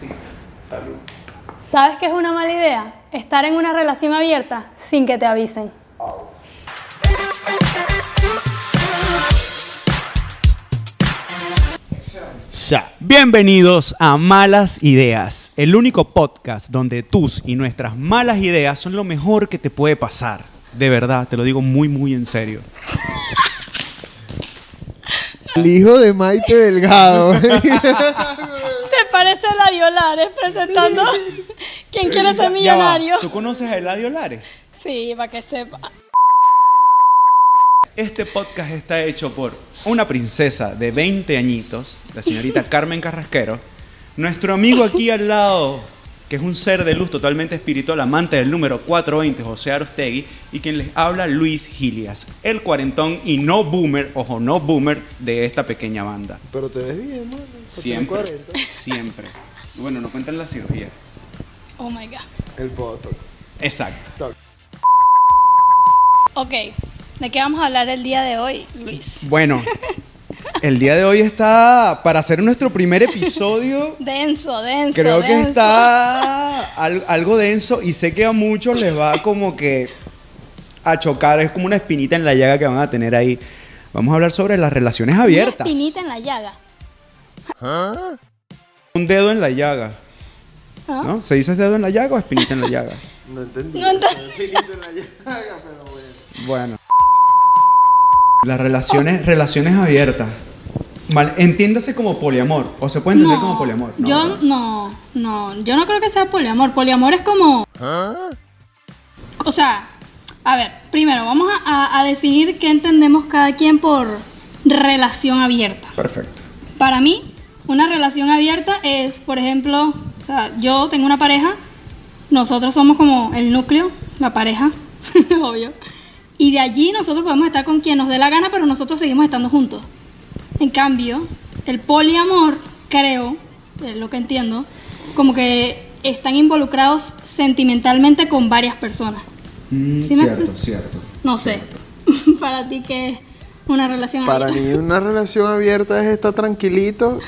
Sí, salud. ¿Sabes qué es una mala idea? Estar en una relación abierta sin que te avisen. Ya. Bienvenidos a Malas Ideas, el único podcast donde tus y nuestras malas ideas son lo mejor que te puede pasar. De verdad, te lo digo muy, muy en serio. El hijo de Maite Delgado. Se parece a Eladio Lares presentando quién quiere ser Ya va, millonario. ¿Tú conoces a Eladio Lares? Sí, para que sepa. Este podcast está hecho por una princesa de 20 añitos, la señorita Carmen Carrasquero, nuestro amigo aquí al lado, que es un ser de luz totalmente espiritual, amante del número 420, José Arostegui, y quien les habla Luis Gilias, el cuarentón y no boomer, ojo, no boomer de esta pequeña banda. Pero te ves bien, mano. Siempre, 40. siempre. Bueno, no cuentan la cirugía. Oh my god. El Botox. Exacto. Ok, ¿de qué vamos a hablar el día de hoy, Luis? Bueno, el día de hoy está para hacer nuestro primer episodio. Denso, denso. Creo que denso. está al- algo denso y sé que a muchos les va como que a chocar, es como una espinita en la llaga que van a tener ahí. Vamos a hablar sobre las relaciones abiertas. Una espinita en la llaga. Un dedo en la llaga, ¿Ah? ¿no? ¿Se dice dedo en la llaga o espinita en la llaga? No entendí. No entendí. Estoy viendo la llaga, pero bueno. Bueno. Las relaciones, relaciones abiertas. Mal, entiéndase como poliamor, o se puede entender como poliamor. No, yo ¿verdad? no, no, yo no creo que sea poliamor. Poliamor es como. O sea, a ver, primero vamos a, a- a definir qué entendemos cada quien por relación abierta. Perfecto. Para mí, una relación abierta es, por ejemplo, o sea, yo tengo una pareja, nosotros somos como el núcleo, la pareja, obvio. Y de allí nosotros podemos estar con quien nos dé la gana, pero nosotros seguimos estando juntos. En cambio, el poliamor, creo, es lo que entiendo, como que están involucrados sentimentalmente con varias personas. Mm, Sí, me- cierto, cierto. No sé, para ti qué es una relación Para abierta. mí una relación abierta es estar tranquilito.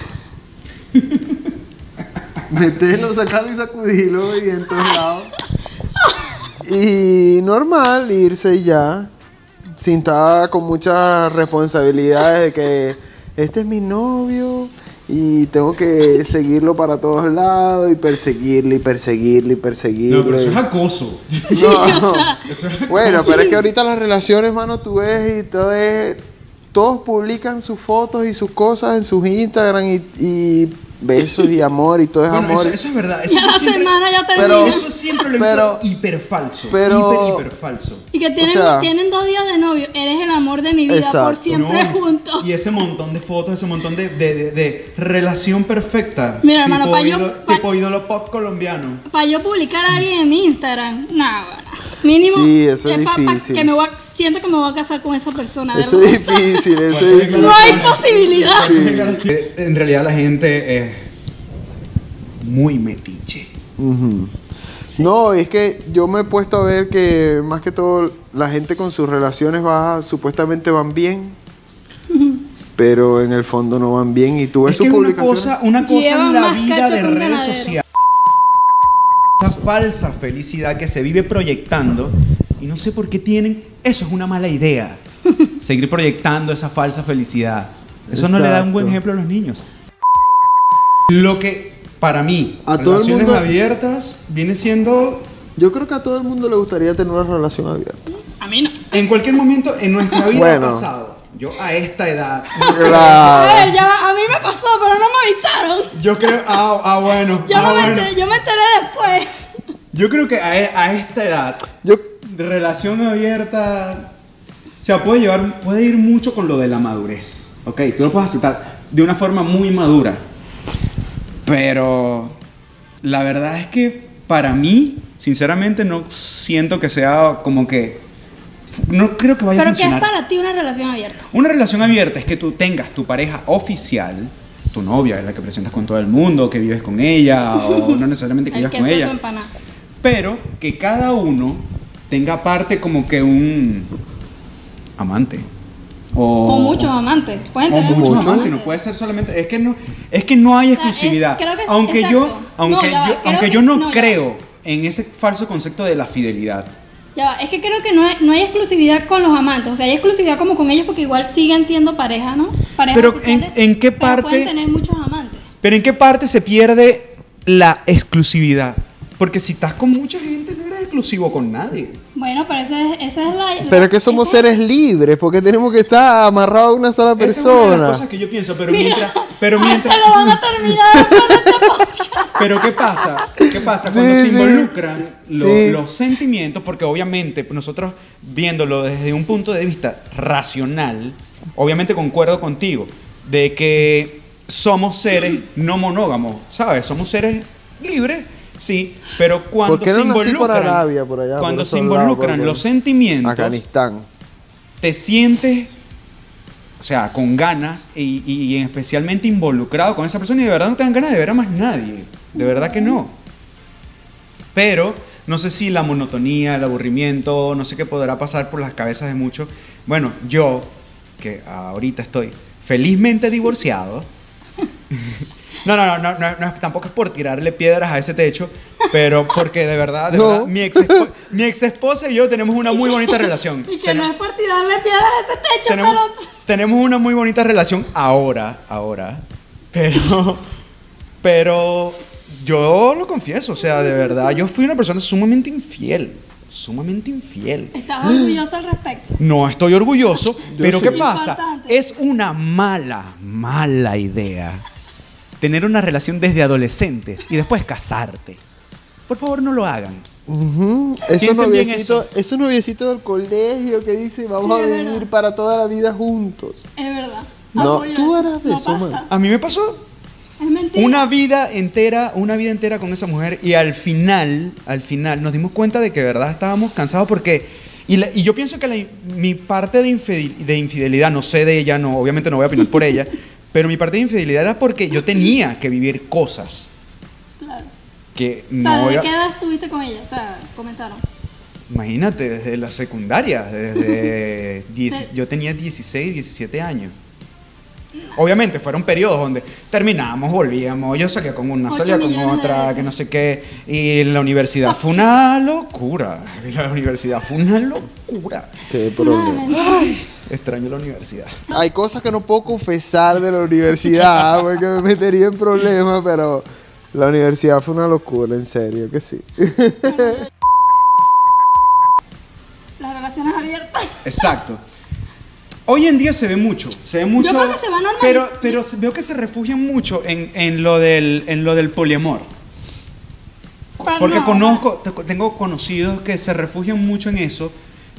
Meterlo, sacarlo y sacudirlo y en todos lados. Y normal irse y ya. Sin estar con muchas responsabilidades de que este es mi novio y tengo que seguirlo para todos lados y perseguirlo y perseguirlo y perseguirlo. No, pero eso y- es acoso. no. Bueno, pero es que ahorita las relaciones, mano, tú ves y todo es- Todos publican sus fotos y sus cosas en sus Instagram y, y besos y amor y todo es Bueno, amor. eso, eso es verdad. Eso Ya yo la siempre- semana ya termina. Pero- eso siempre lo pero, pero- hiper falso. pero- hiper, hiper falso. Y que tienen, O sea- tienen dos días de novio. Eres el amor de mi vida por Exacto. siempre No, juntos. Y ese montón de fotos, ese montón de, de, de- de relación perfecta. Mira, hermano, tipo, pa' yo- ídolo- pa- tipo ídolo pop colombiano. Para yo publicar a alguien en mi Instagram. Nah, bueno, mínimo. Sí, eso es eh, pa- pa- difícil. que me voy a- siento que me voy a casar con esa persona. Eso ¿verdad? es difícil, Bueno, eso es claro. difícil. No hay posibilidad. Eh, En realidad la gente es muy metiche. Ujú. No, es que yo me he puesto a ver que más que todo la gente con sus relaciones va, supuestamente van bien, pero en el fondo no van bien y tú ves Es que sus es una publicaciones. cosa, una cosa Llevan en la más vida cacho de que un redes ganadero. sociales. Esa falsa felicidad que se vive proyectando y no sé por qué tienen, eso es una mala idea. Seguir proyectando esa falsa felicidad. Eso no le da un buen Exacto. ejemplo a los niños. Lo que para mí, A todo el relaciones mundo- abiertas viene siendo Yo creo que a todo el mundo le gustaría tener una relación abierta. A mí no. en cualquier momento en nuestra vida Bueno. ha pasado. Yo a esta edad A Claro. ver, ya va, a mí me pasó, pero no me avisaron. yo creo ah, ah, bueno, Yo, ah, no me bueno. enteré, yo me enteré después. Yo creo que a, e- a esta edad Yo, De relación abierta. O sea, puede llevar, puede ir mucho con lo de la madurez. Ok, tú lo puedes aceptar de una forma muy madura. Pero la verdad es que para mí, sinceramente, no siento que sea como que. No creo que vaya a Pero ¿qué es funcionar. para ti una relación abierta? Una relación abierta es que tú tengas tu pareja oficial, tu novia, la que presentas con todo el mundo, que vives con ella, o no necesariamente que El vivas queso con de tu ella empanada. pero que cada uno tenga aparte como que un amante O, O muchos amantes. Pueden O tener Oh. muchos muchos. amantes, no puede ser solamente. Es que no, es que no hay sea, es- exclusividad. creo que es- aunque yo, exacto. aunque No, ya va, yo, creo aunque que- yo no, no, ya va. creo en ese falso concepto de la fidelidad. Ya va, es que creo que no hay, no hay exclusividad con los amantes, o sea, hay exclusividad como con ellos porque igual siguen siendo pareja, ¿no? Parejas Pero, oficiales, ¿en- en qué pero parte- pueden tener muchos amantes. Pero en qué parte se pierde la exclusividad? Porque si estás con mucha gente no eres exclusivo con nadie. Bueno, pero esa es, esa es la... Pero la- es que somos esa- seres libres, porque tenemos que estar amarrados a una Esa es una sola de las persona. cosas que yo pienso, pero Mira, mientras, pero ahorita mientras, lo van a terminar. pero qué pasa, qué pasa cuando Sí, se sí. involucran lo- Sí. los sentimientos, porque obviamente nosotros viéndolo desde un punto de vista racional, obviamente concuerdo contigo de que somos seres no monógamos, ¿sabes? Somos seres libres, sí, pero cuando ¿Por qué se no nací por involucran, Arabia, por allá, cuando por se esos lados, involucran por- los sentimientos, Afganistán. te sientes, o sea, con ganas y, y- y especialmente involucrado con esa persona y de verdad no te dan ganas de ver a más nadie. De verdad que no. Pero no sé si la monotonía, el aburrimiento, no sé qué podrá pasar por las cabezas de muchos. Bueno, yo, que ahorita estoy felizmente divorciado. No, no, no, no, no, no, tampoco es por tirarle piedras a ese techo, pero porque de verdad, de No. verdad, mi ex, mi ex esposa y yo tenemos una muy bonita relación. y que Tenemos- no es por tirarle piedras a este techo, tenemos, pero... tenemos una muy bonita relación ahora, ahora. Pero, pero yo lo confieso, o sea, de verdad, yo fui una persona sumamente infiel, sumamente infiel. Estás orgulloso al respecto. No estoy orgulloso, pero sí. ¿qué pasa? Importante. Es una mala, mala idea tener una relación desde adolescentes y después casarte. Por favor, no lo hagan. Ujú. Esos, Piensen bien noviecitos, esos noviecitos del colegio que dicen vamos Sí, a es vivir verdad. para toda la vida juntos. Es verdad. No, Apoyo tú eso. eras de No eso, man. pasa. A mí me pasó, Es mentira. una vida entera, una vida entera con esa mujer y al final, al final nos dimos cuenta de que de verdad estábamos cansados porque y, la- y yo pienso que la in- mi parte de, infidel- de infidelidad, no sé de ella, no, obviamente no voy a opinar por ella, pero mi parte de infidelidad era porque yo tenía que vivir cosas Claro. que O sea, no voy ¿desde a- qué edad estuviste con ella? O sea, comenzaron. Imagínate, desde la secundaria, desde dieci- Sí. yo tenía 16, 17 años. Obviamente fueron periodos donde terminamos, volvíamos, yo salía con una, Ocho salía con millones de otra, veces. que no sé qué, y la universidad fue una locura, la universidad fue una locura. Qué Nada, problema. mentira. Extraño la universidad. Hay cosas que no puedo confesar de la universidad porque me metería en problemas, pero la universidad fue una locura, en serio, que sí. Las relaciones abiertas. Exacto. Hoy en día se ve mucho, se ve mucho. creo que se va a normalizar. pero, pero se- veo que se refugian mucho en, en lo, del, en lo del poliamor. Pero Porque no. conozco, te- tengo conocidos que se refugian mucho en eso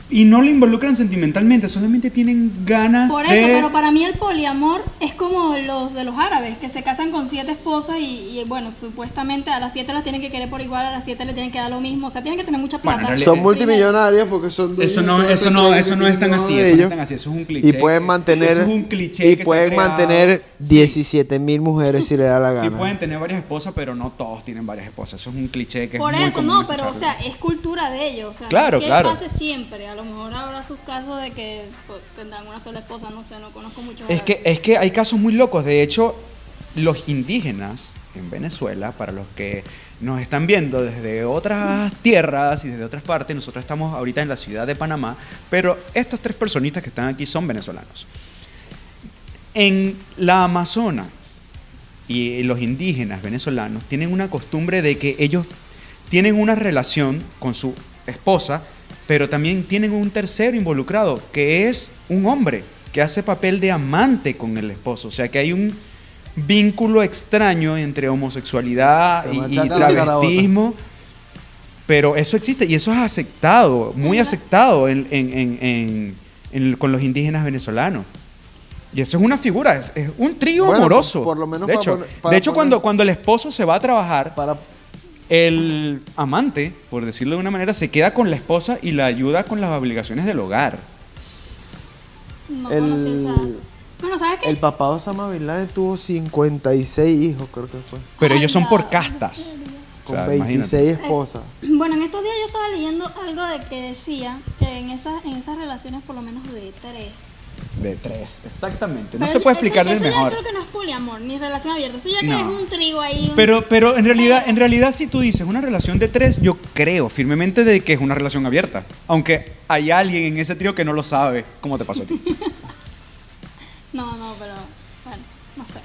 y no lo involucran sentimentalmente, solamente tienen ganas Por eso, de... pero para mí el poliamor es como los de los árabes, que se casan con siete esposas y, y, bueno, supuestamente a las siete las tienen que querer por igual, a las siete le tienen que dar lo mismo, o sea, tienen que tener mucha Bueno, plata. en realidad- Son multimillonarios porque son dueños Eso no, de eso no, petróleo eso no es tan ninguno así, de eso no es ellos. tan así, eso es un cliché. Y pueden mantener Eso es un cliché y que se ha pueden creado. mantener Sí. 17 mil mujeres si le da la gana. Sí pueden tener varias esposas, pero no todos tienen varias esposas. Eso es un cliché que Por es muy eso, común no, pero o escucharlo. sea, es cultura de ellos, o sea, Claro, que claro. pase siempre, a lo mejor habrá sus casos de que pues, tendrán una sola esposa, no sé, no conozco muchos Es árabes. que, es que hay casos muy locos. De hecho, los indígenas en Venezuela, para los que nos están viendo desde otras tierras y desde otras partes, nosotros estamos ahorita en la ciudad de Panamá, pero estas tres personitas que están aquí son venezolanos. En la Amazonas y los indígenas venezolanos tienen una costumbre de que ellos tienen una relación con su esposa, pero también tienen un tercero involucrado, que es un hombre que hace papel de amante con el esposo. O sea que hay un vínculo extraño entre homosexualidad Se y- y, machacan la travestismo. Pero eso existe y eso es aceptado, muy Ajá. aceptado en- en- en- en- en- con los indígenas venezolanos. Y eso es una figura, es, es un trío Bueno, amoroso. por- por lo menos de para hecho, poner- para de hecho poner- cuando, cuando el esposo se va a trabajar, Para el amante, por decirlo de una manera, se queda con la esposa y la ayuda con las obligaciones del hogar. No el- conocí esa- Bueno, ¿sabes qué? el papá de Osama Bin Laden tuvo 56 hijos, creo que fue, Pero Ay, ellos son no. por castas. O con sea, 26 imagínate. esposas. Bueno, en estos días yo estaba leyendo algo de que decía que en esas, en esas relaciones, por lo menos de tres, De tres, exactamente. No Pero se puede eso- explicar de eso mejor. Yo creo que no es poliamor ni relación abierta. Eso ya que No. es un trigo ahí. un- Pero, pero en realidad, en realidad, si tú dices una relación de tres, yo creo firmemente de que es una relación abierta. Aunque hay alguien en ese trío que no lo sabe, como te pasó a ti. No, no, pero bueno, no sé.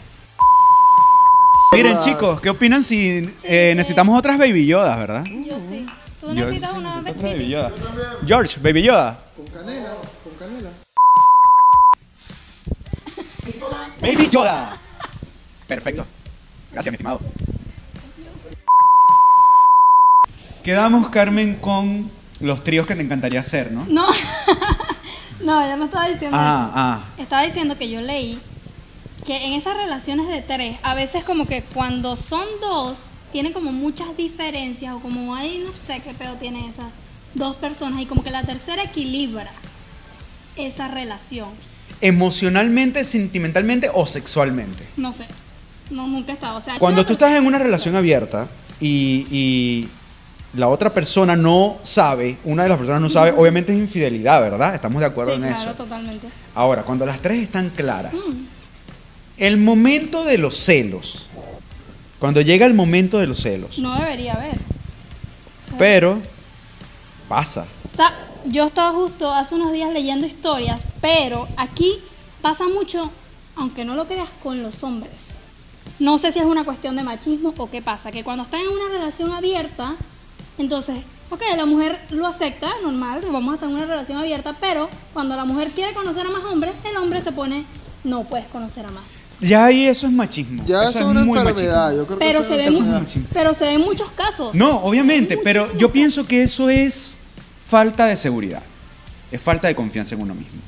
Miren, chicos, ¿qué opinan si eh, necesitamos otras baby yodas, verdad? Yo sí. Tú Yo necesitas una vez. Otras baby yoda. George, baby yoda. Con canela, con canela. Baby Yoda. Perfecto. Gracias, mi estimado. Quedamos, Carmen, con los tríos que te encantaría hacer, ¿no? No, no, yo no estaba diciendo Ah, ah. eso. Estaba diciendo que yo leí que en esas relaciones de tres, a veces como que cuando son dos, tienen como muchas diferencias o como hay, no sé qué pedo tienen esas dos personas y como que la tercera equilibra esa relación. Emocionalmente, sentimentalmente o sexualmente. No sé, no, nunca he estado. O sea, Cuando yo- tú estás en una relación abierta y, y la otra persona no sabe, una de las personas no sabe, obviamente es infidelidad, ¿verdad? Estamos de acuerdo Sí, en claro, eso. totalmente. Ahora, cuando las tres están claras, el momento de los celos, cuando llega el momento de los celos, No debería haber. pero pasa. Sa- Yo estaba justo hace unos días leyendo historias, pero aquí pasa mucho, aunque no lo creas, con los hombres. No sé si es una cuestión de machismo o qué pasa, que cuando están en una relación abierta, entonces, ok, la mujer lo acepta, normal, vamos a estar en una relación abierta, pero cuando la mujer quiere conocer a más hombres, el hombre se pone, no puedes conocer a más. Ya ahí eso es machismo. Ya eso es una muy enfermedad, machismo. yo creo Pero que se, ve es caso mu- de una machismo. pero se ven muchos casos. No, obviamente, pero yo Muchísimo. pienso que eso es falta de seguridad. Es falta de confianza en uno mismo.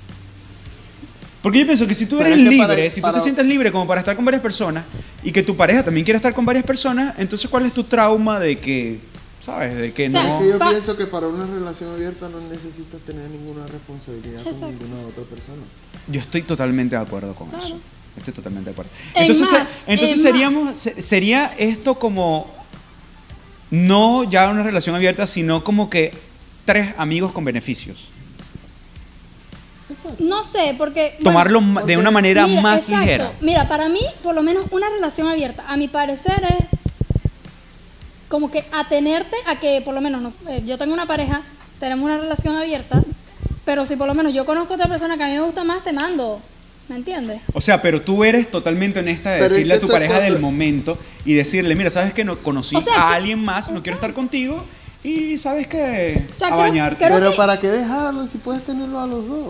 Porque yo pienso que si tú Pero eres es que libre, para- si tú para- te sientes libre como para estar con varias personas y que tu pareja también quiera estar con varias personas, entonces ¿cuál es tu trauma de que, sabes, de que O sea, no... Es que yo Pa- pienso que para una relación abierta no necesitas tener ninguna responsabilidad Exacto. con ninguna otra persona. Yo estoy totalmente de acuerdo con eso. Claro. Estoy totalmente de acuerdo. En Entonces, más, se- entonces en seríamos, se- sería esto como no ya una relación abierta, sino como que tres amigos con beneficios. No sé, porque... bueno, Tomarlo ma- de ok. una manera Mira, más exacto. ligera. Mira, para mí, por lo menos una relación abierta, a mi parecer es como que atenerte a que, por lo menos, no- eh, yo tengo una pareja, tenemos una relación abierta, pero si por lo menos yo conozco a otra persona que a mí me gusta más, te mando, ¿me entiendes? O sea, pero tú eres totalmente honesta de Pero es decirle que a tu eso pareja cuando- del momento y decirle, mira, sabes que no conocí O sea, a que- alguien más, no quiero estar contigo y sabes que O sea, a creo- bañarte. creo- Pero que- ¿para qué dejarlo si puedes tenerlo a los dos?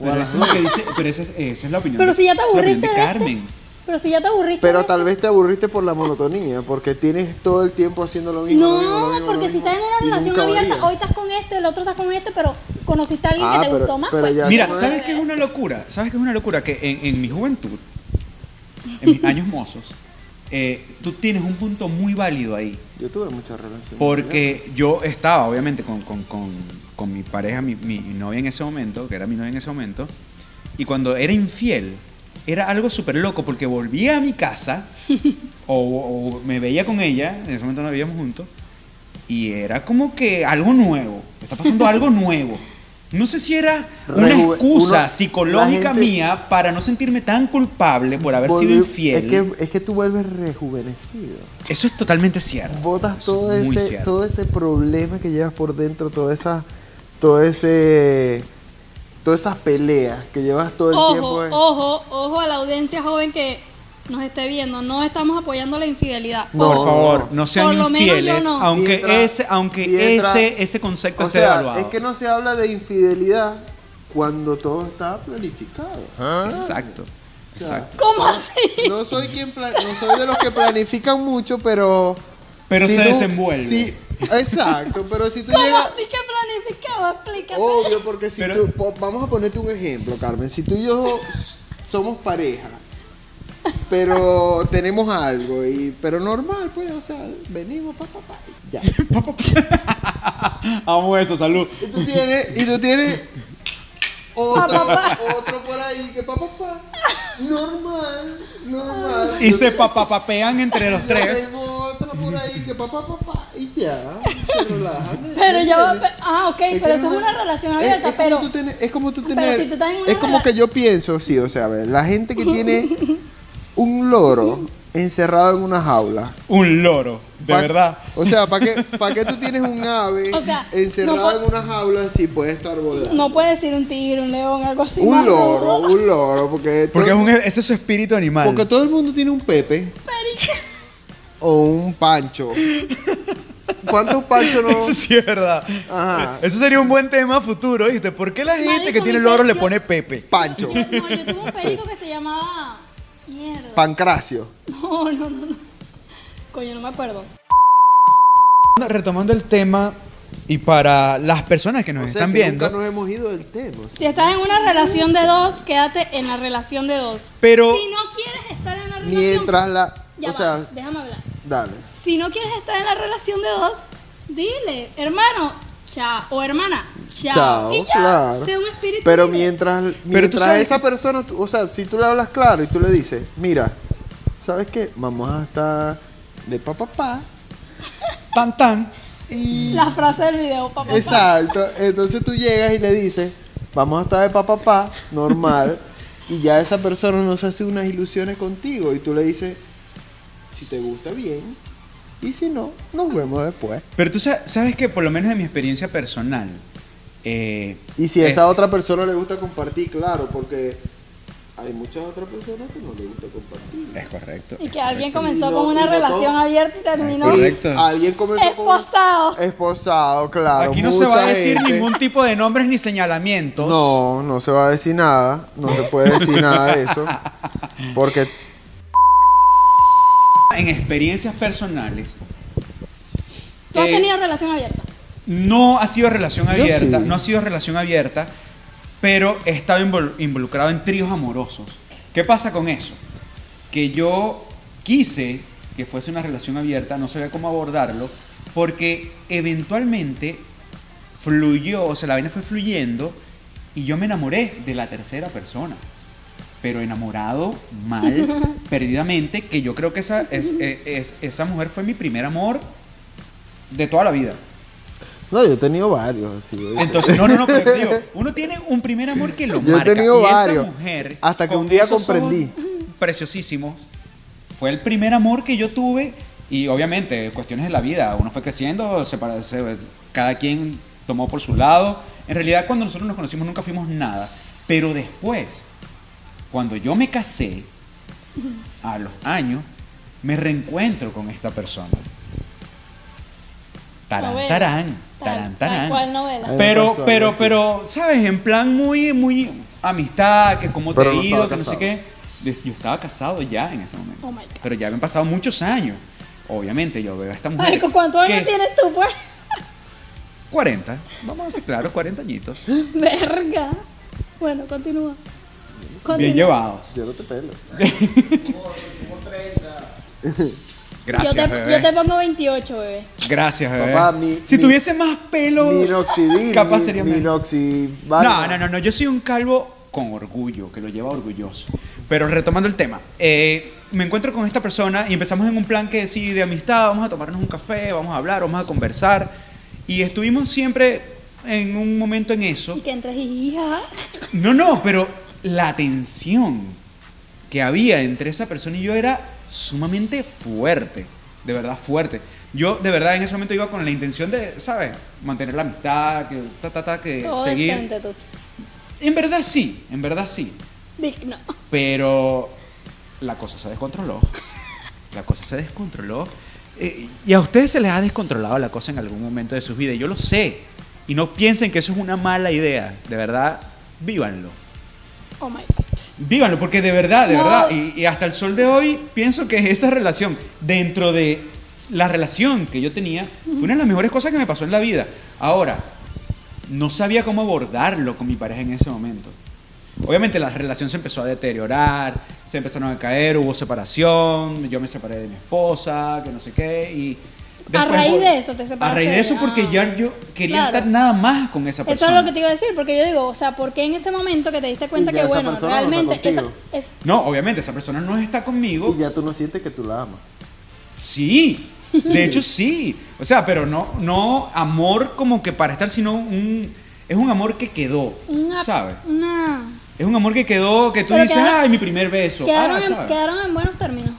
O a Pero las eso es lo dos. que dice- pero esa es, esa es la opinión. Pero de- si ya te esa es la opinión aburriste de de este- Carmen. Pero si ya te aburriste... Pero de- tal vez te aburriste por la monotonía, porque tienes todo el tiempo haciendo lo mismo. lo mismo, lo No, mismo, lo porque si mismo, estás en una y relación nunca abierta, varía. hoy estás con este, el otro estás con este, pero conociste a alguien Ah, que te pero- gustó más. pero pues. ya Mira, Eso no ¿sabes es- qué es una locura? ¿Sabes qué es una locura? Que en, en mi juventud, en mis años mozos, eh, tú tienes un punto muy válido ahí. Yo tuve muchas relaciones. Porque yo estaba, obviamente, con, con- con- con mi pareja, mi, mi novia en ese momento, que era mi novia en ese momento, y cuando era infiel, era algo súper loco, porque volvía a mi casa, o, o me veía con ella, en ese momento no vivíamos juntos, y era como que algo nuevo, está pasando algo nuevo. No sé si era una Rejuve- excusa uno- psicológica la gente- mía para no sentirme tan culpable por haber Volvi- sido infiel. Es que, es que tú vuelves rejuvenecido. Eso es totalmente cierto. Botas Eso todo es muy ese, cierto. todo ese problema que llevas por dentro, toda esa, todo ese, todas esas peleas que llevas todo el Ojo, tiempo. eh. en- ojo, ojo a la audiencia joven que nos esté viendo. No estamos apoyando la infidelidad. No, por favor, no Por sean lo menos yo infieles, no. aunque Mientras- ese aunque mientras- ese ese concepto o esté sea, evaluado. Es que no se habla de infidelidad cuando todo está planificado. ¿Ah? Exacto. O sea, Exacto. ¿Cómo así? No soy quien pla- no soy de los que planifican mucho, pero Pero se tú- desenvuelve. si- exacto, pero si tú ¿Cómo llegas así que planificado? Explícate. Obvio, porque si Pero- tú. po- Vamos a ponerte un ejemplo, Carmen. Si tú y yo somos pareja, pero tenemos algo, y pero normal, pues, o sea, venimos, pa, pa, pa, y ya. Amo eso, salud. Y tú tienes, y tú tienes otro, Pa, pa, otro por ahí que pa, pa, pa. Normal, normal. Y Yo se te- papapean entre los yo tres. tengo otra por ahí que papá, papá, y ya. Se relajan. Pero ¿me ya va. entiendes? pe- Ah, ok, Es pero que eso es no- una relación es- abierta, es como pero. tú tener- es como tú pero tener. si tú estás en una es como rela- que yo pienso, sí, o sea, a ver, la gente que tiene un loro encerrado en una jaula. Un loro, de Pa- verdad. O sea, ¿para qué, pa' qué tú tienes un ave O sea, encerrado no po- en una jaula si puede estar volando? No puede decir un tigre, un león, algo así. más un rudo. loro, un loro, porque, Porque es todo, un, ese es su espíritu animal. porque todo el mundo tiene un Pepe Perico. o un Pancho. ¿Cuántos Pancho no? Eso sí es verdad. Ajá. Eso sería un buen tema futuro, ¿viste? ¿Por qué la gente Marico, que tiene mi loro le perro- pone Pepe? Pancho, Yo, no, yo tuve un perico que se llamaba. Mierda. Pancracio. No, no, no, no. Coño, no me acuerdo. Retomando el tema y para las personas que nos O sea, están que viendo, Nunca nos hemos ido del tema. o sea. Si estás en una relación de dos, quédate en la relación de dos. Pero- Si no quieres estar en la relación. Mientras la. Ya o va, sea, déjame hablar. dale. Si no quieres estar en la relación de dos, dile, hermano, chao. O hermana, chao. Chao, y ya, claro. sea un espíritu. Pero libre. mientras, mientras tú sabes esa que- persona, tú- o sea, si tú le hablas claro y tú le dices, mira, ¿sabes qué? Vamos a estar de papá papá tan tan. y La frase del video, papá. Exacto. Entonces tú llegas y le dices, vamos a estar de papá papá, normal, y ya esa persona no se hace unas ilusiones contigo y tú le dices, si te gusta bien y si no, nos vemos después. Pero tú sa- sabes que, por lo menos en mi experiencia personal, eh, Y si a eh, esa otra persona le gusta compartir, claro, porque hay muchas otras personas que no le gusta compartir. es correcto. Y es que alguien correcto. comenzó Y con no- una y no relación todo. abierta y terminó Ay, Y Correcto. alguien comenzó con- esposado. Esposado, claro. Aquí no se va a mucha decir gente. ningún tipo de nombres ni señalamientos. No, no se va a decir nada. No se puede decir nada de eso. Porque En experiencias personales, Tú has Eh, tenido relación abierta. no ha sido relación Yo abierta, sí. no ha sido relación abierta, pero he estado invol- involucrado en tríos amorosos. ¿Qué pasa con eso? Que yo quise que fuese una relación abierta, no sabía cómo abordarlo, porque eventualmente fluyó, o sea, la vaina fue fluyendo y yo me enamoré de la tercera persona. Pero enamorado mal, perdidamente, que yo creo que esa, es- es- es- esa mujer fue mi primer amor de toda la vida. No, yo he tenido varios. así, oye. Entonces, no, no, no, pero digo, uno tiene un primer amor que lo Yo he marca. tenido y esa varios, mujer, hasta que con un día esos ojos comprendí. Preciosísimos. Fue el primer amor que yo tuve y obviamente cuestiones de la vida. Uno fue creciendo, se para- se- cada quien tomó por su lado. En realidad, cuando nosotros nos conocimos nunca fuimos nada. Pero después, cuando yo me casé, a los años, me reencuentro con esta persona. Tarán, Novela. tarán, Tal- tarán, tal tarán. cual novela. Ay, me Pero, pasó algo pero, así. pero, ¿sabes? En plan muy, muy amistad, que cómo te Pero he no ido, estaba que no sé casado. qué. De- Yo estaba casado ya en ese momento. Oh my God. Pero ya habían pasado muchos años. Obviamente, yo veo a esta mujer. Marico, ¿cuántos años que- tienes tú, pues? 40. Vamos a ser claros, 40 añitos. Verga. Bueno, continúa. Bien Continúa. llevados. Yo no te pelo. Yo Gracias, te, bebé. yo te pongo 28, bebé. Gracias, bebé. Papá, mi- si mi- tuviese más pelo, Minoxidil. capaz mi- sería menos. minoxidil. No, no, no, no, yo soy un calvo con orgullo, que lo lleva orgulloso. Pero retomando el tema, eh, me encuentro con esta persona y empezamos en un plan que sí, de amistad, vamos a tomarnos un café, vamos a hablar, vamos a conversar. Y estuvimos siempre en un momento en eso. Y que entres y hija. No, no, pero la tensión que había entre esa persona y yo era sumamente fuerte, de verdad fuerte. Yo de verdad en ese momento iba con la intención de, ¿sabes? Mantener la amistad, que ta ta ta, que Todo Eh, seguir. decente tú. En verdad sí, en verdad sí. Digno. Pero la cosa se descontroló. La cosa se descontroló. Eh, y a ustedes se les ha descontrolado la cosa en algún momento de sus vidas. Yo lo sé. Y no piensen que eso es una mala idea. De verdad, vívanlo. Oh my god. Vívanlo, porque de verdad, de No. verdad. Y, y hasta el sol de hoy pienso que esa relación, dentro de la relación que yo tenía, fue una de las mejores cosas que me pasó en la vida. Ahora, no sabía cómo abordarlo con mi pareja en ese momento. Obviamente la relación se empezó a deteriorar, se empezaron a caer, hubo separación, yo me separé de mi esposa, que no sé qué, y... A después raíz vol- de eso te A raíz de separaste, eso porque ah. ya yo quería Claro. estar nada más con esa Eso persona. es lo que te iba a decir, porque yo digo, o sea, ¿por qué en ese momento que te diste cuenta Y ya que, esa bueno, persona no está realmente. esa- contigo. es- No, obviamente esa persona no está conmigo. Y ya tú no sientes que tú la amas. Sí, De hecho, sí. O sea, pero no, no amor como que para estar, sino un. Es un amor que quedó, Una, ¿sabes? Una... Es un amor que quedó, que tú Pero dices, quedaron- ay, mi primer beso. Quedaron, ah, en, ¿sabes? quedaron en buenos términos.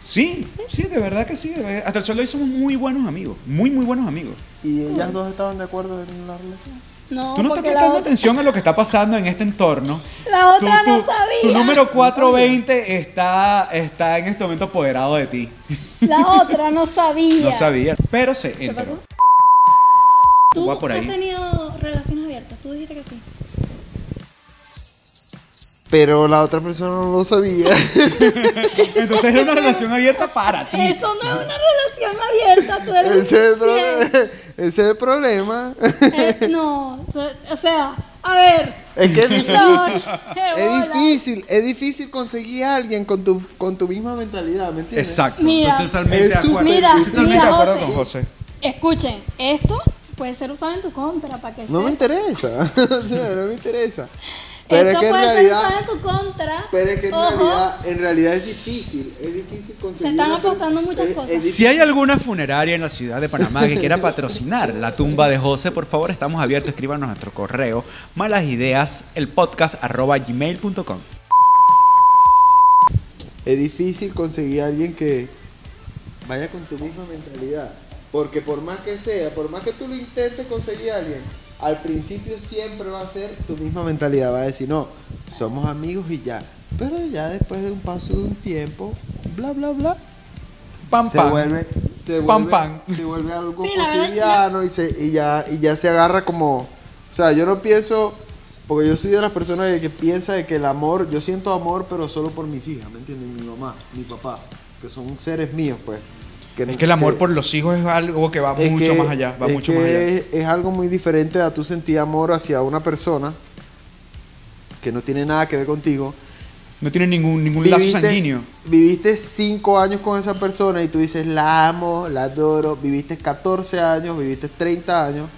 Sí, sí, de verdad que sí. de verdad. Hasta el sol de hoy somos muy buenos amigos. Muy, muy buenos amigos. ¿Y ellas dos estaban de acuerdo en la relación? No, Tú no estás porque la prestando otra- atención a lo que está pasando en este entorno. La Tú- otra no tú- Tu sabía. número 420 está, está en este momento apoderado de ti. La otra no sabía. No sabía, pero se enteró. pasó? ¿Tú Va por has ahí. tenido relaciones abiertas? Tú dijiste que sí. Pero la otra persona no lo sabía. Entonces era una relación abierta para ti. Eso no es una relación abierta, tú eres un ese, es el pro- infiel. ese es el problema. Eh, no, o sea, a ver, Es que es Flor, difícil. qué bola. Es difícil, es difícil conseguir a alguien con tu, con tu misma mentalidad, ¿me entiendes? Exacto. Mira, estoy totalmente es de acuerdo. súper Mira, Estoy totalmente mira, de acuerdo José. con José. Escuchen, esto puede ser usado en tu contra para que No me se- interesa, o sea, no me interesa. Pero es esto que en puede realidad, ser usado en tu contra. pero es que en Ojo. realidad, en realidad es difícil, es difícil conseguir. están a tu- apostando muchas es- es cosas. difícil. Si hay alguna funeraria en la ciudad de Panamá que quiera patrocinar la tumba de José, por favor, estamos abiertos. Escríbanos a nuestro correo malas ideas el podcast arroba gmail.com. es difícil conseguir a alguien que vaya con tu misma mentalidad. Porque por más que sea, por más que tú lo intentes conseguir a alguien, al principio siempre va a ser tu misma mentalidad. Va a decir, no, somos amigos y ya. Pero ya después de un paso de un tiempo, bla, bla, bla, Pam, se pam. vuelve... Se Pam, vuelve, pam. se vuelve algo Sí, la verdad, cotidiano y, se, y, ya, y ya se agarra como... O sea, yo no pienso... Porque yo soy de las personas de que piensa de que el amor... Yo siento amor, pero solo por mis hijas, ¿me entiendes? Mi mamá, mi papá, que son seres míos, pues. Es que el amor que- por los hijos es algo que va es mucho que- más allá. Va es mucho que más allá. Es, es algo muy diferente a tú sentir amor hacia una persona que no tiene nada que ver contigo. No tiene ningún, ningún lazo sanguíneo. Viviste 5 años con esa persona y tú dices, la amo, la adoro. Viviste 14 años, viviste 30 años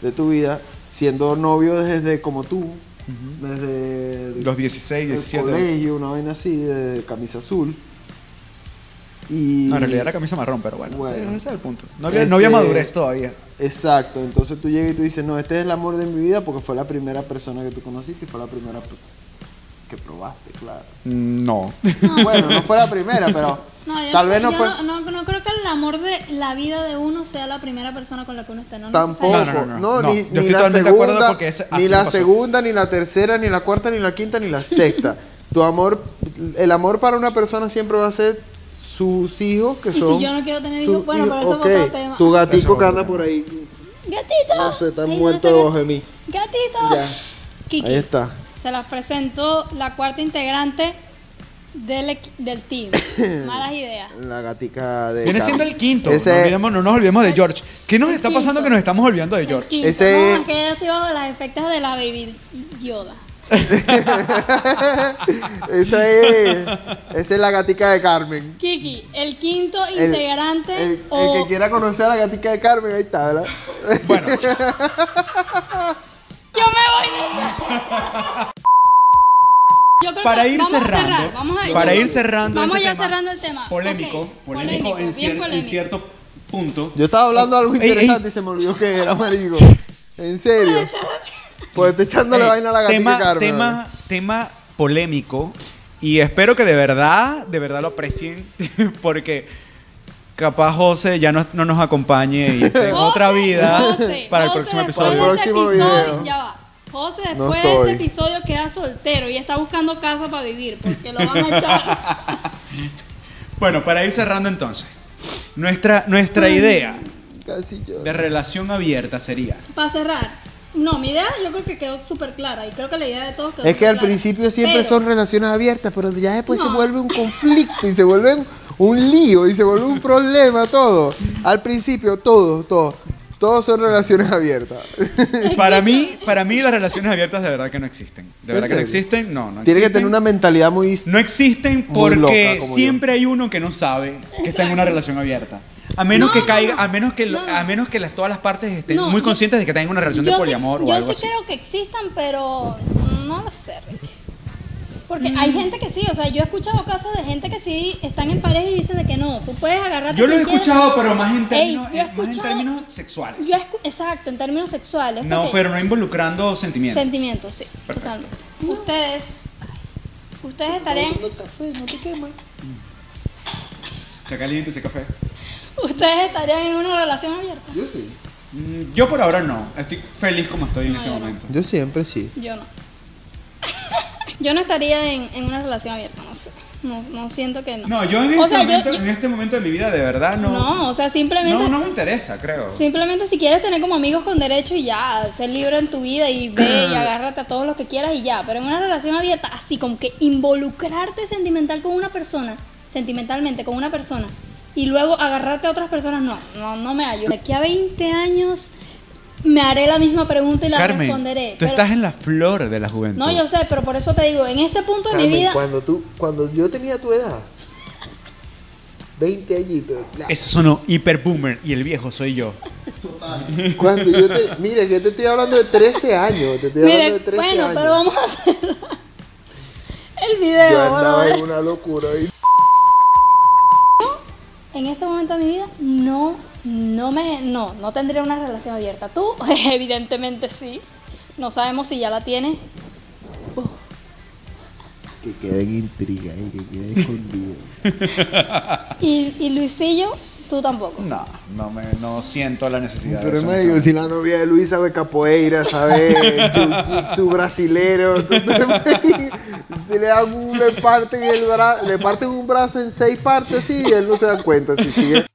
de tu vida siendo novio desde como tú, desde el- Los 16, el 17. colegio, una vaina así, de camisa azul. Y No, en realidad era camisa marrón, pero bueno. Bueno. sí, ese es el punto. No había, no había Este- madurez todavía. Exacto, entonces tú llegas y tú dices, no, este es el amor de mi vida porque fue la primera persona que tú conociste y fue la primera p- que probaste, claro. No. Bueno, no fue la primera, pero No, yo tal no- vez no yo fue... no, no- no creo que el amor de la vida de uno sea la primera persona con la que uno está. No Tampoco, No, no, no, no, no. No, ni, yo ni estoy la totalmente de acuerdo segunda, porque es- así ni la pasó. segunda, ni la tercera, ni la cuarta, ni la quinta, ni la sexta. tu amor, el amor para una persona siempre va a ser sus hijos que Y si son... yo no quiero tener sus hijos, bueno, hijos- pero eso ok, es otro tema. Tu Eso gatico es que otro anda tema. por ahí, Gatito. no sé, está Ahí muerto está. debajo de mí. Gatito. Ya, Kiki. ahí está. Se las presento la cuarta integrante del, equ- del team. Malas ideas. La gatica de. Viene Cam. siendo el quinto. No, Ese, olvidemos- no nos olvidemos de George. ¿Qué nos está pasando que nos estamos olvidando de El George? quinto, Ese- no, es que yo estoy bajo las efectas de la baby Yoda. esa es. Esa es la gatica de Carmen. Kiki, el quinto El- integrante El, el o que quiera conocer a la gatica de Carmen, ahí está, ¿verdad? Bueno, Yo me voy. Yo creo que Para ir vamos a cerrar, cerrando, vamos a- para ir cerrando Vamos este ya tema. cerrando el tema. polémico, Ok, polémico, bien en, cier- en polémico. cierto punto. Yo estaba hablando algo Ey, ey. interesante y se me olvidó que era marico. En serio. Pues está echándole Eh, vaina a la gatica tema, de Carmen. tema, tema polémico y espero que de verdad, de verdad lo aprecien porque capaz José ya no, no nos acompañe y esté en José, otra vida José, para José, el próximo después episodio. de Para el este próximo episodio- video. Ya va. José, No después de este estoy. episodio queda soltero y está buscando casa para vivir porque lo van a echar. Bueno, para ir cerrando entonces, nuestra, nuestra Mm. idea Casi yo. de relación abierta sería para cerrar. No, mi idea yo creo que quedó súper clara y creo que la idea de todos quedó Es que al superclara. principio siempre Pero- son relaciones abiertas, pero ya después se No. vuelve un conflicto y se vuelve un- un lío y se vuelve un problema todo. Al principio todo, todo. Todos son relaciones abiertas. para mí, para mí las relaciones abiertas de verdad que no existen. De ¿En verdad que no serio? existen, no, no Tiene que existen. tener una mentalidad muy... No existen Muy loca, porque como yo. siempre hay uno que no sabe que está en una relación abierta. A menos No, que no, caiga, no. a menos que lo- No, no. a menos que las, todas las partes estén No, muy yo- conscientes de que están en una relación de Yo sí- poliamor o yo algo sí así. creo que existan, pero no lo sé, Rick. Porque Mm. hay gente que sí, o sea, yo he escuchado casos de gente que sí están en pareja y dicen de que no, tú puedes agarrarte. Yo lo a he quien quieras. escuchado, pero más en términos, eh, Ey, yo he más en escuchado- términos sexuales. Yo escu- Exacto, en términos sexuales. No, porque- pero no involucrando sentimientos. Sentimientos, sí, Perfecto. totalmente. Ustedes, ay, ustedes estarían, café, no te quemas. Está caliente ese café. ustedes estarían en una relación abierta. Yo sí. Mm, Yo por ahora no. Estoy feliz como estoy en No, este yo no. momento. Yo siempre sí. Yo no. yo no estaría en, en una relación abierta, no sé. No, no siento que no. No, yo en O este, sea, yo- momento, yo- en este momento de mi vida, de verdad, no. No, o sea, simplemente no, no me interesa, creo. Simplemente si quieres tener como amigos con derecho y ya, ser libre en tu vida y ve y agárrate a todo lo que quieras y ya. Pero en una relación abierta, así como que involucrarte sentimental con una persona, sentimentalmente con una persona, y luego agarrarte a otras personas, no, no, no me hallo. De aquí a 20 años me haré la misma pregunta y la Carmen, responderé. tú pero- estás en la flor de la juventud. No, yo sé, pero por eso te digo, en este punto de mi vida, cuando tú, cuando yo tenía tu edad, 20 añitos. la- Eso sonó hiper boomer y el viejo soy yo. Cuando yo te, mira, que yo te estoy hablando de 13 años, te estoy mire, hablando de 13 bueno, años. pero vamos a hacer el yo video. andaba brother. en una locura y En este momento de mi vida no, no me, no, no tendría una relación abierta. Tú, evidentemente sí. No sabemos si ya la tienes. que queden intriga y que queden escondido. Y, y Luisillo, tú tampoco. No, no, me, no siento la necesidad de Pero eso. me digo, si la novia de Luis sabe capoeira, sabe jiu-jitsu brasilero, entonces, marico, si le, dan un- le parten el bra- le parten un brazo en seis partes, sí, y él no se da cuenta, si sigue.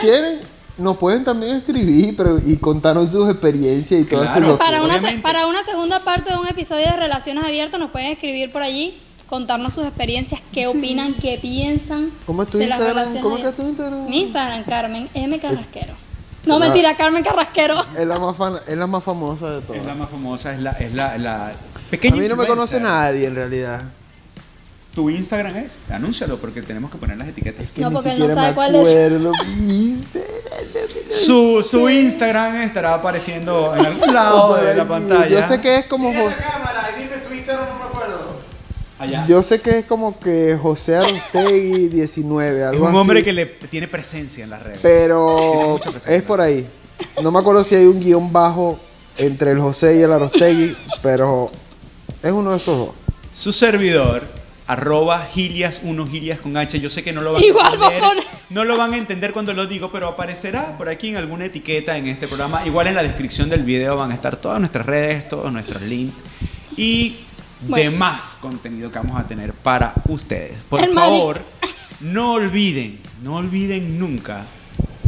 ¿Quieren? Nos pueden también escribir pero, y contarnos sus experiencias y todas Claro. sus Para una, se- obviamente. para una segunda parte de un episodio de Relaciones Abiertas nos pueden escribir por allí, contarnos sus experiencias, qué opinan, qué piensan. ¿Cómo es tu de las Instagram? relaciones ¿Cómo que es abiertas. tu Instagram? Mi Instagram, Carmen M. Carrasquero. No, Ah. mentira, Carmen Carrasquero. Es la más, fan- es la más famosa de Es la todas. más famosa, es la, es la, la A pequeña mí no me influencer. conoce nadie en realidad. Tu Instagram es, anúncialo porque tenemos que poner las etiquetas. Que No, ni porque él no siquiera me sabe cuál es. acuerdo, ¿viste? Su, su Instagram estará apareciendo en algún lado Oh, de la pantalla. Yo sé que es como Jo- cámara y dime tu Instagram, no me acuerdo. Allá. yo sé que es como que José Arostegui 19, es algo un hombre así, que le tiene presencia en las redes. pero mucha presencia. es por ahí. No me acuerdo si hay un guión bajo entre el José y el Arostegui, pero es uno de esos dos. Su servidor, arroba gilias 1 gilias con H. Yo sé que no lo van Igual a entender. vos pon- No lo van a entender cuando lo digo, pero aparecerá por aquí en alguna etiqueta en este programa. Igual en la descripción del video van a estar todas nuestras redes, todos nuestros links y Bueno. demás contenido que vamos a tener para ustedes. Por El Mari- favor, no olviden, no olviden nunca.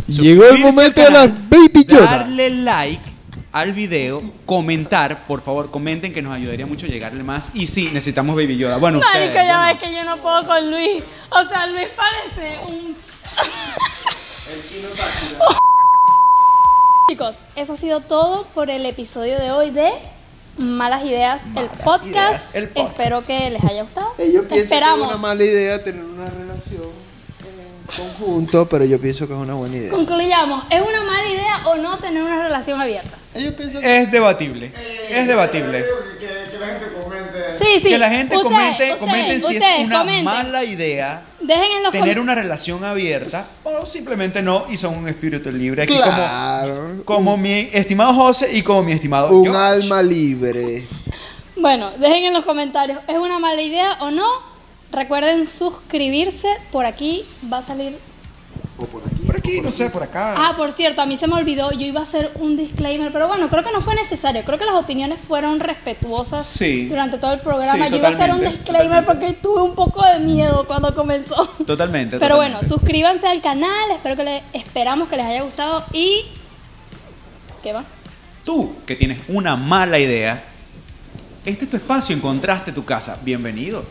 Llegó el suscribirse momento al de las Baby Yodas. Darle like al video, comentar, por favor, comenten que nos ayudaría mucho llegarle más. Y sí, necesitamos Baby Yoda. Bueno, Marico, ustedes, yo no. ya ves que yo no puedo con Luis. O sea, Luis parece un. Chicos, eso ha sido todo por el episodio de hoy de Malas Ideas, el, Malas podcast. Ideas, el podcast. Espero que les haya gustado. Yo pienso que es Esperamos. una mala idea tener una relación en conjunto, pero yo pienso que es una buena idea. Concluyamos, ¿es una mala idea o no tener una relación abierta? Yo pienso que Es debatible. Es debatible. Que, que- que la gente comente. Sí, sí. Que la gente Ustedes, comente, ustedes, comenten si es ustedes, una comenten. mala idea Dejen en los tener com- una relación abierta o simplemente no y son un espíritu libre aquí claro. como como mi estimado José y como mi estimado Un George. alma libre. Bueno, dejen en los comentarios, ¿es una mala idea o no? Recuerden suscribirse, por aquí va a salir por aquí no sé por acá Ah, por cierto, a mí se me olvidó, yo iba a hacer un disclaimer, pero bueno, creo que no fue necesario, creo que las opiniones fueron respetuosas Sí. durante todo el programa. Sí, yo iba a hacer un totalmente, disclaimer totalmente. porque tuve un poco de miedo cuando comenzó. totalmente Pero bueno, totalmente. suscríbanse al canal, espero que le- esperamos que les haya gustado y ¿qué va? tú que tienes una mala idea este es tu espacio encontraste tu casa bienvenido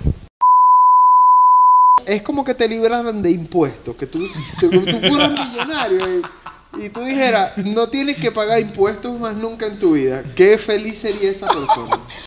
Es como que te libraran de impuestos, que tú, tú, tú fueras millonario y, y tú dijeras, no tienes que pagar impuestos más nunca en tu vida. Qué feliz sería esa persona.